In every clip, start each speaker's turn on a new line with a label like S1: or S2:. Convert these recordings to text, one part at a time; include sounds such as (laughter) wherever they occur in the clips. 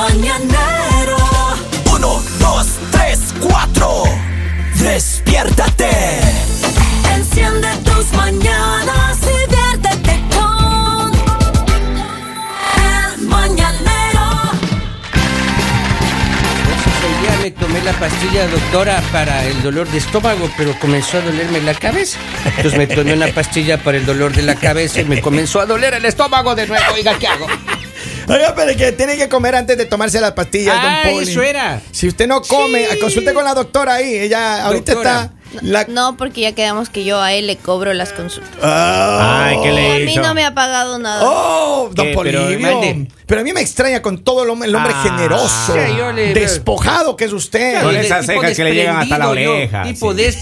S1: mañanero. Uno, dos, tres, cuatro. Despiértate. Enciende tus mañanas y viértete con el mañanero.
S2: Ese día me tomé la pastilla doctora para el dolor de estómago, pero comenzó a dolerme la cabeza. Entonces me tomé una pastilla para el dolor de la cabeza y me comenzó a doler el estómago de nuevo. Oiga, ¿qué hago?
S3: Oiga, pero que tiene que comer antes de tomarse las pastillas,
S2: Ah,
S3: don Poli.
S2: eso era.
S3: Si usted no come,
S2: Sí.
S3: consulte con la doctora ahí. Ella ahorita
S2: Doctora.
S3: está. La...
S4: (laughs) No, porque ya quedamos que yo a él le cobro las consultas.
S3: Ah.
S5: Ay, ¿qué
S4: A
S5: le
S4: mí
S5: hizo?
S4: no me ha pagado nada.
S3: Oh, don
S2: Eh, pero,
S3: Polivio.
S2: mande.
S3: Pero a mí me extraña con todo el hom- el hombre
S5: Ah.
S3: generoso,
S2: Sí, yo le-
S3: despojado que es usted,
S5: Con
S2: Y de
S5: esas
S2: tipo
S5: cejas que le llegan hasta la
S2: desprendido,
S5: oreja,
S2: yo, tipo
S5: sí.
S2: des-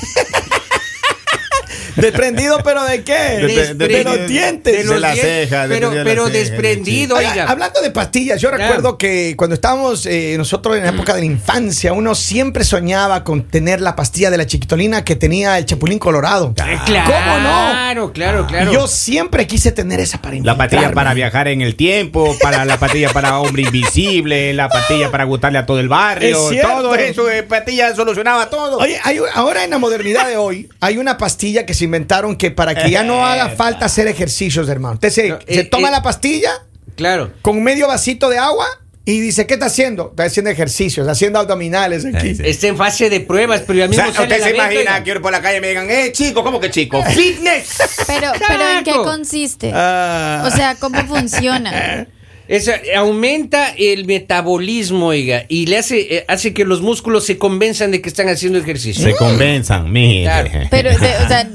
S3: desprendido pero de qué?
S5: (laughs) de- de-
S3: de los
S5: de-
S3: dientes.
S5: de la ceja,
S2: pero,
S5: dependiendo de la
S2: pero
S5: ceja,
S2: desprendido,
S3: Oiga,
S2: oiga.
S3: hablando de pastillas, yo recuerdo que cuando estábamos eh, nosotros en la época de la infancia, uno siempre soñaba con tener la pastilla de la chiquitolina que tenía el Chapulín Colorado.
S2: Eh, claro,
S3: ¿Cómo no?
S2: Claro, claro, claro.
S3: Yo siempre quise tener esa para
S5: La pastilla
S3: inventarme.
S5: para viajar en el tiempo, para la pastilla para hombre invisible, la pastilla para gustarle a todo el barrio,
S3: Es cierto.
S5: todo eso, de pastilla solucionaba todo.
S3: Oye, hay- ahora en la modernidad de hoy hay una pastilla que se inventaron que para que ya no haga falta hacer ejercicios, hermano. Usted se,
S2: Eh. No,
S3: se
S2: eh,
S3: toma
S2: eh.
S3: la pastilla
S2: Claro.
S3: con medio vasito de agua y dice, ¿qué está haciendo? Está haciendo ejercicios, haciendo abdominales
S5: Eh,
S3: aquí.
S2: Está en fase de pruebas, pero ya
S5: O sea,
S2: mismo sale
S5: usted
S2: a la Ah.
S5: se
S2: venta,
S5: imagina
S2: oiga.
S5: que yo por la calle me digan, eh, chico, ¿cómo que chico? ¡Fitness!
S6: Pero, pero ¿en qué
S2: Exacto.
S6: consiste?
S3: Ah.
S6: O sea, ¿cómo
S3: (laughs)
S6: funciona?
S2: Esa- aumenta el metabolismo, oiga, y le hace, eh, hace que los músculos se convenzan de que están haciendo ejercicio.
S5: Se convenzan, mire.
S2: Claro.
S6: Pero, de-
S2: (laughs)
S6: o sea,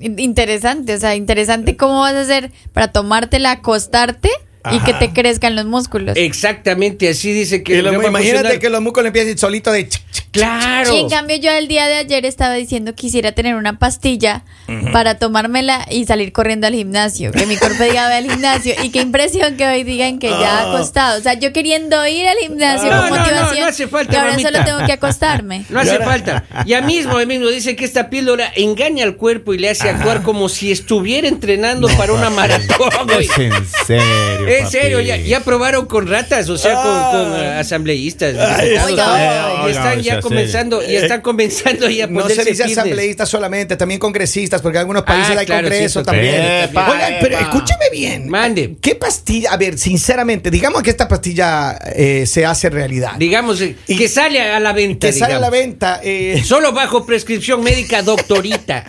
S6: in- interesante, o sea, interesante cómo vas a hacer para tomártela, acostarte y que te crezcan los músculos.
S2: Eh, Exactamente, así dice que
S3: Y lo-
S2: le va a
S3: imagínate
S2: funcionar.
S3: que los músculos empiecen solito de... chic, chic.
S2: Claro.
S6: Y en cambio yo el día de ayer estaba diciendo que quisiera tener una pastilla para tomármela y salir corriendo al gimnasio, que mi cuerpo diga "Ve al gimnasio y qué impresión que hoy digan que ya acostado, o sea, yo queriendo ir al gimnasio
S2: Ah. No,
S6: con
S2: no, no,
S6: motivación
S2: no hace falta,
S6: y ahora
S2: mamita.
S6: solo tengo
S2: (laughs)
S6: que acostarme.
S2: No hace falta. Ya mismo, ahí mismo dice que esta píldora engaña al cuerpo y le hace actuar como si estuviera entrenando para una maratón. güey.
S5: Es en serio.
S2: En serio,
S5: papi.
S2: ya, ya probaron con ratas, o sea,
S3: Ah.
S2: con, con, eh, asambleístas. diputados,
S6: oiga,
S2: y
S5: oiga,
S2: están ya
S5: oiga,
S2: comenzando, y están comenzando ya a
S3: No
S2: ponerse
S3: se dice
S2: fitness.
S3: asambleístas solamente, también congresistas, porque en algunos países
S2: Ah,
S3: hay
S2: claro,
S3: congresos
S2: sí,
S3: también.
S5: Epa,
S3: Oigan, pero
S5: epa.
S3: escúcheme bien.
S2: Mande.
S3: ¿Qué pastilla? A ver, sinceramente, digamos que esta pastilla eh, se hace realidad.
S2: Digamos, eh,
S3: Y-
S2: que sale a la venta.
S3: que sale a la
S2: digamos.
S3: venta. eh,
S2: Solo bajo prescripción médica
S3: (laughs)
S2: doctorita.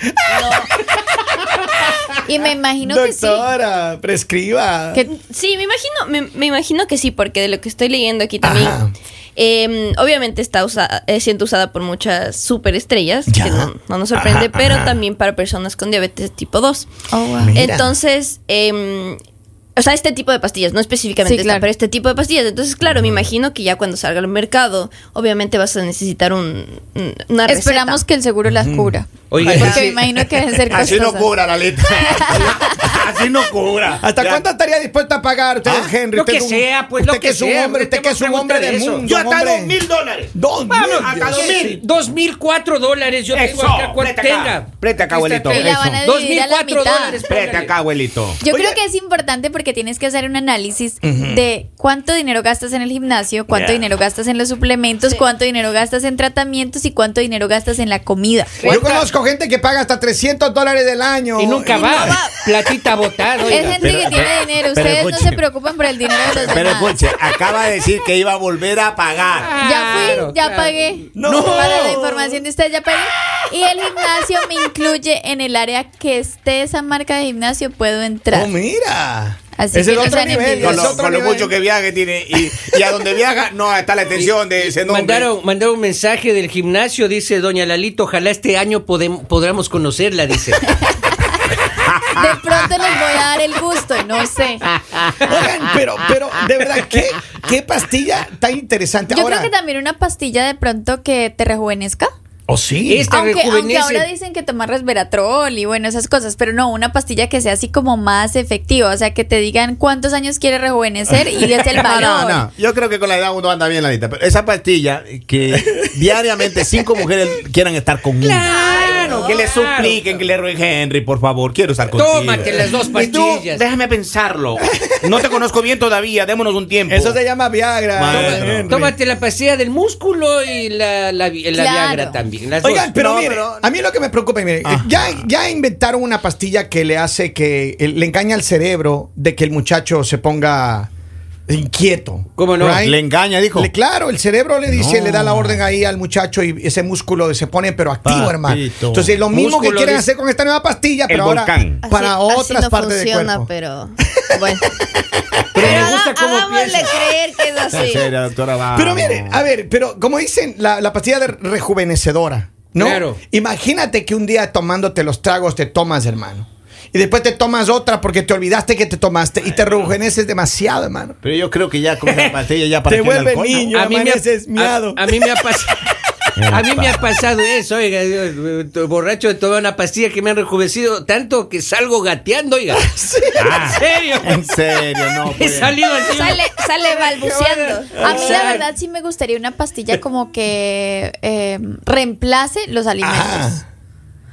S6: Y me imagino que sí.
S3: doctora, prescriba.
S6: Que
S4: Sí, me imagino, me, me imagino que sí, porque de lo que estoy leyendo aquí también,
S3: Ajá.
S4: eh, obviamente está usa- eh, siendo usada por muchas superestrellas,
S3: Ya.
S4: que no, no nos sorprende,
S3: Ajá,
S4: pero
S3: ajá.
S4: también para personas con diabetes tipo 2.
S6: Oh, wow.
S3: Mira.
S4: Entonces, eh, o sea, este tipo de pastillas, no específicamente
S6: Sí,
S4: esta,
S6: claro.
S4: pero este tipo de pastillas. Entonces, claro, me imagino que ya cuando salga al mercado, obviamente vas a necesitar un, un- una receta.
S6: esperamos que el seguro las cubra.
S2: Oiga,
S6: porque
S2: así-
S6: me imagino que deben ser
S5: Así no
S6: costosas.
S5: cobra
S2: (laughs)
S5: la letra. Así no cobra.
S3: ¿Hasta
S5: Ya.
S3: cuánto estaría dispuesta a pagar usted, Henry?
S2: Ah, lo
S3: Usted
S2: que
S3: es un-
S2: sea, pues,
S3: usted
S2: lo
S3: que
S2: que
S3: es un
S2: sea,
S3: hombre,
S2: hombre,
S3: usted
S2: ¿qué
S3: que es
S2: más
S3: un
S2: pregunta
S3: hombre
S2: de
S3: del
S2: eso?
S3: mundo.
S5: Yo
S3: un
S5: hasta
S3: hombre-
S5: dos mil dólares.
S3: Dos
S2: Vamos,
S3: mil.
S5: hasta
S3: Dios.
S5: dos mil.
S2: Dos mil cuatro dólares yo tengo
S5: Eso,
S2: acá. ¿cuál
S5: presta acá,
S2: tenga?
S5: presta acá, abuelito,
S6: Y la van a
S2: Dos
S6: dividir
S2: mil
S6: a la
S2: cuatro
S6: mitad.
S2: dólares.
S5: Vete acá, abuelito.
S6: Yo
S3: Oye.
S6: creo que es importante porque tienes que hacer un análisis de cuánto dinero gastas en el gimnasio, cuánto
S5: Yeah.
S6: dinero gastas en los suplementos, cuánto dinero gastas en tratamientos y cuánto dinero gastas en la comida.
S3: Yo conozco gente que paga hasta 300 dólares del año.
S2: Y nunca va. Platita botada.
S6: es
S2: oiga.
S6: gente
S5: pero-
S6: que tiene
S5: pero-
S6: dinero,
S5: pero
S6: ustedes no se
S5: escúcheme.
S6: preocupan por el dinero de los
S5: Pero
S6: demás.
S5: escuche, acaba de decir que iba a volver a pagar.
S6: ya fui,
S2: Claro,
S6: ya
S2: claro.
S6: pagué.
S3: No.
S6: Para la información de ustedes ya pagué. Y el gimnasio me incluye en el área que esté esa marca de gimnasio, puedo entrar.
S3: Oh, mira.
S6: Así
S3: es
S6: que
S3: el
S6: no
S3: otro
S6: sean
S3: nivel.
S6: envidiosos.
S3: es
S5: Con
S3: otro
S5: lo, con lo
S3: nivel.
S5: mucho que viaje tiene. Y, y a donde viaja, no, está la atención de ese nombre.
S2: Mandaron, mandaron un mensaje del gimnasio, dice Doña Lalito, ojalá este año podem- podamos conocerla, dice.
S6: De pronto les voy a dar el gusto, no sé.
S3: Oigan, pero, pero, de verdad, ¿qué, qué pastilla tan interesante?
S6: Yo
S3: ahora,
S6: creo que también una pastilla de pronto que te rejuvenezca.
S3: ¿O ¿Oh, sí?
S2: Es- Te
S6: Aunque, aunque
S2: rejuvenece.
S6: ahora dicen que tomar resveratrol y bueno, esas cosas, pero no, una pastilla que sea así como más efectiva, o sea, que te digan cuántos años quieres rejuvenecer y es
S5: (laughs)
S6: el
S5: No,
S6: valor.
S5: no, no. Yo creo que con la edad uno anda bien la (laughs) lista. Pero esa pastilla que diariamente cinco mujeres quieran estar con una. Hermano, que le
S2: claro.
S5: supliquen, que le rueguen, Henry, por favor, quiero estar contigo.
S2: Tómate las dos
S5: Y tú,
S2: pastillas.
S5: déjame pensarlo. No te conozco bien todavía, démonos un tiempo.
S3: Eso se llama Viagra.
S5: Maestro.
S3: Henry.
S2: Tómate la pastilla del músculo y la, la, vi- la
S6: Claro.
S2: Viagra también. las
S3: Oigan,
S2: dos.
S3: pero
S5: No,
S3: mire,
S5: pero- Ah.
S3: a mí lo que me preocupa, mire, ya, ya inventaron una pastilla que le hace que eh, le engaña al cerebro de que el muchacho se ponga inquieto.
S2: ¿Cómo no?
S5: Le engaña, dijo.
S3: Le- claro, el cerebro le dice,
S5: No.
S3: le da la orden ahí al muchacho y ese músculo se pone pero activo,
S5: Papito.
S3: hermano. Entonces, lo mismo
S2: Músculo
S3: que quieren
S2: de-
S3: hacer con esta nueva pastilla,
S5: El
S3: pero ahora
S5: volcán.
S4: Así-
S3: para
S4: así
S3: otras
S4: no
S3: partes del
S4: funciona,
S3: cuerpo.
S4: pero
S3: (laughs)
S4: bueno.
S2: Pero me
S4: haga-
S2: gusta cómo
S4: hagámosle
S2: piensas.
S4: creer que
S3: (laughs)
S4: es así.
S5: Seria, doctora, vamos.
S3: Pero mire, a ver, pero como dicen, la, la pastilla de rejuvenecedora, ¿no?
S2: Claro.
S3: Imagínate que un día tomándote los tragos te tomas, hermano. Y después te tomas otra porque te olvidaste que te tomaste y te rejuveneces demasiado, hermano.
S7: Pero yo creo que ya con esa pastilla ya para
S3: Te
S7: qué el
S3: vuelve
S7: alcohol, ¿no?
S3: niño. amaneces miado.
S2: a- a mí me ha
S3: (laughs)
S2: pasado. A mí me ha pasado eso, oiga, yo, eh, borracho de tomar una pastilla que me han rejuvenecido tanto que salgo gateando,
S3: (laughs)
S2: oiga. Ah. ¿En serio?
S7: En serio, no.
S2: (laughs) He
S7: pues.
S2: salido así.
S4: Sale,
S3: (laughs)
S4: sale balbuceando.
S6: A mí la
S2: Exacto.
S6: verdad sí me gustaría una pastilla como que eh, reemplace los alimentos.
S5: Ah,
S3: Ajá.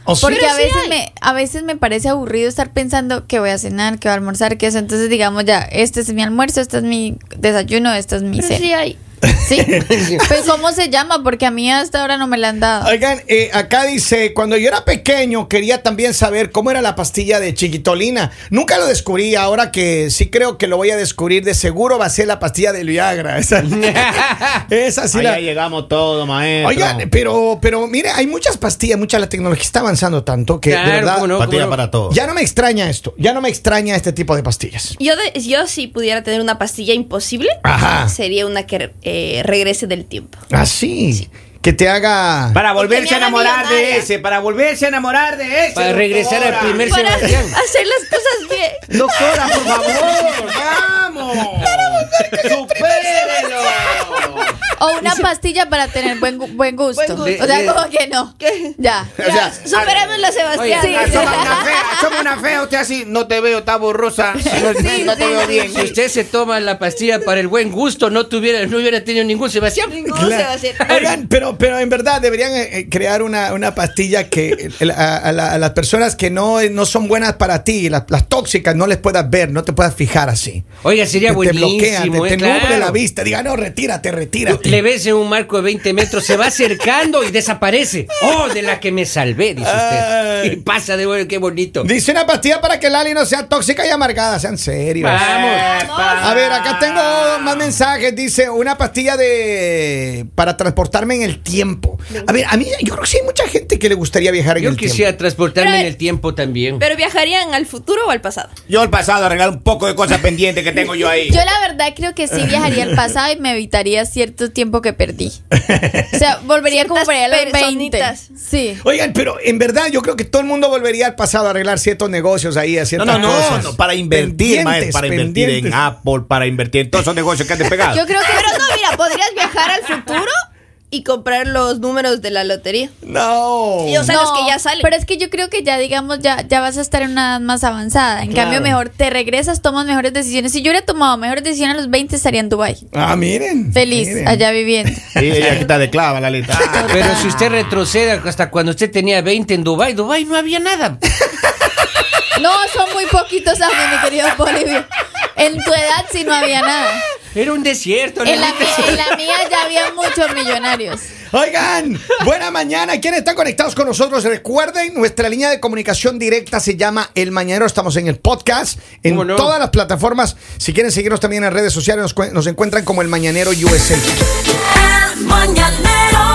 S3: O sea,
S6: Porque a veces, me, a veces me parece aburrido estar pensando que voy a cenar, que voy a almorzar, que eso. Entonces, digamos ya, este es mi almuerzo, este es mi desayuno, este es mi
S4: Pero
S6: cena.
S4: sí hay.
S5: (laughs)
S6: ¿Sí? Pues, ¿cómo se llama? Porque a mí hasta ahora no me la han dado.
S3: Oigan, eh, acá dice, cuando yo era pequeño quería también saber cómo era la pastilla de chiquitolina. Nunca lo descubrí, ahora que sí creo que lo voy a descubrir, de seguro va a ser la pastilla de Viagra. (laughs) Esa, esa sí la...
S7: Allá llegamos todo, maestro.
S3: Oigan, pero, pero mire, hay muchas pastillas, mucha la tecnología está avanzando tanto que
S2: Claro,
S3: de verdad
S2: cómo no, cómo
S7: Pastilla
S2: no.
S7: para todo.
S3: ya no me extraña esto, ya no me extraña este tipo de pastillas.
S4: Yo, de- yo si pudiera tener una pastilla imposible,
S3: Ajá.
S4: sería una que eh, regrese del tiempo.
S3: Así, Ah, que te haga
S5: Para
S4: Que
S5: volverse
S4: me
S5: a
S4: haga
S5: enamorar de
S4: millonaria.
S5: ese, para volverse a enamorar de
S2: (laughs)
S5: ese.
S2: Para regresar al
S5: doctora.
S2: primer
S4: Para
S2: Sebastián.
S4: hacer las cosas bien.
S5: Doctora,
S2: (laughs)
S5: por favor, vamos. Supérelo.
S6: O una pastilla para tener buen, gu- buen gusto.
S2: Buen gusto.
S6: O sea,
S2: Le-
S6: como que no. Ya.
S4: Ya, superémoslo, Sebastián.
S2: Oye,
S5: Ah,
S4: Sí.
S5: Somos una fea, somos una fea. Usted así, no te veo, está borrosa. No, no te veo bien.
S2: Si usted se toma la pastilla para el buen gusto, no tuviera, no hubiera tenido ningún Sebastián.
S4: No, Sebastián.
S3: Oigan, pero, pero en verdad deberían eh, crear una, una pastilla que el- a, a la- a las personas que no, no son buenas para ti, las, las tóxicas, no les puedas ver, no te puedas fijar así.
S2: Oiga,
S3: Que
S2: sería
S3: te bloquean,
S2: buenísimo.
S3: te, te
S2: eh, claro.
S3: nuble la vista, diga, no, retírate, retírate.
S2: Le ves en un marco de 20 metros, se va acercando y desaparece. ¡Oh, de la que me salvé! Dice usted.
S3: Ay.
S2: Y pasa de bueno, qué bonito.
S3: Dice una pastilla para que Lali no sea tóxica y amargada, sean serios.
S2: Vamos.
S5: Ah,
S3: A ver, acá tengo más mensajes. Dice una pastilla de para transportarme en el tiempo. A ver, a mí yo creo que sí hay mucha gente que le gustaría viajar en
S2: Yo
S3: el
S2: quisiera
S3: tiempo.
S2: transportarme
S4: Pero-
S2: en el tiempo también.
S4: Pero viajarían al futuro o al pasado.
S5: Yo al pasado arreglar un poco de cosas pendientes que tengo yo ahí.
S6: Yo la verdad creo que sí viajaría al pasado y me evitaría cierto tiempo que perdí. O sea, volvería
S4: Ciertas
S6: como por ahí a los 20.
S4: personitas.
S6: Sí.
S3: Oigan, pero en verdad yo creo que todo el mundo volvería al pasado a arreglar ciertos negocios ahí, a ciertas
S7: No, no, no,
S3: cosas.
S7: no, para invertir,
S3: Pendientes,
S7: maestro, para invertir en
S3: pendientes.
S7: Apple, para invertir en todos esos negocios que han despegado.
S6: Yo creo que
S4: Pero no, mira, podrías viajar al futuro y comprar los números de la lotería.
S3: No.
S4: Y, o sea, los que ya salen.
S6: Pero es que yo creo que ya, digamos, ya, ya vas a estar en una edad más avanzada. En cambio, mejor te regresas, tomas mejores decisiones. Si yo hubiera tomado mejores decisiones a los 20, estaría en Dubai
S3: Ah, miren.
S6: Feliz,
S3: miren.
S6: allá viviendo.
S7: Sí, ella quita de clava la letra.
S2: (laughs)
S7: Ah,
S2: Pero si usted retrocede hasta cuando usted tenía 20 en Dubai, Dubai no había nada.
S6: No, son muy poquitos años, mi querido Bolivia. En tu edad sí no había nada.
S2: Era un desierto.
S6: En la,
S2: neta.
S6: mía- en la mía ya había muchos millonarios.
S3: Oigan, buena mañana. ¿Quiénes están conectados con nosotros? Recuerden, nuestra línea de comunicación directa se llama El Mañanero. Estamos en el podcast, en
S2: ¿Cómo no?
S3: todas las plataformas. Si quieren seguirnos también en redes sociales, nos, cuen- nos encuentran como El Mañanero USA.
S1: El mañanero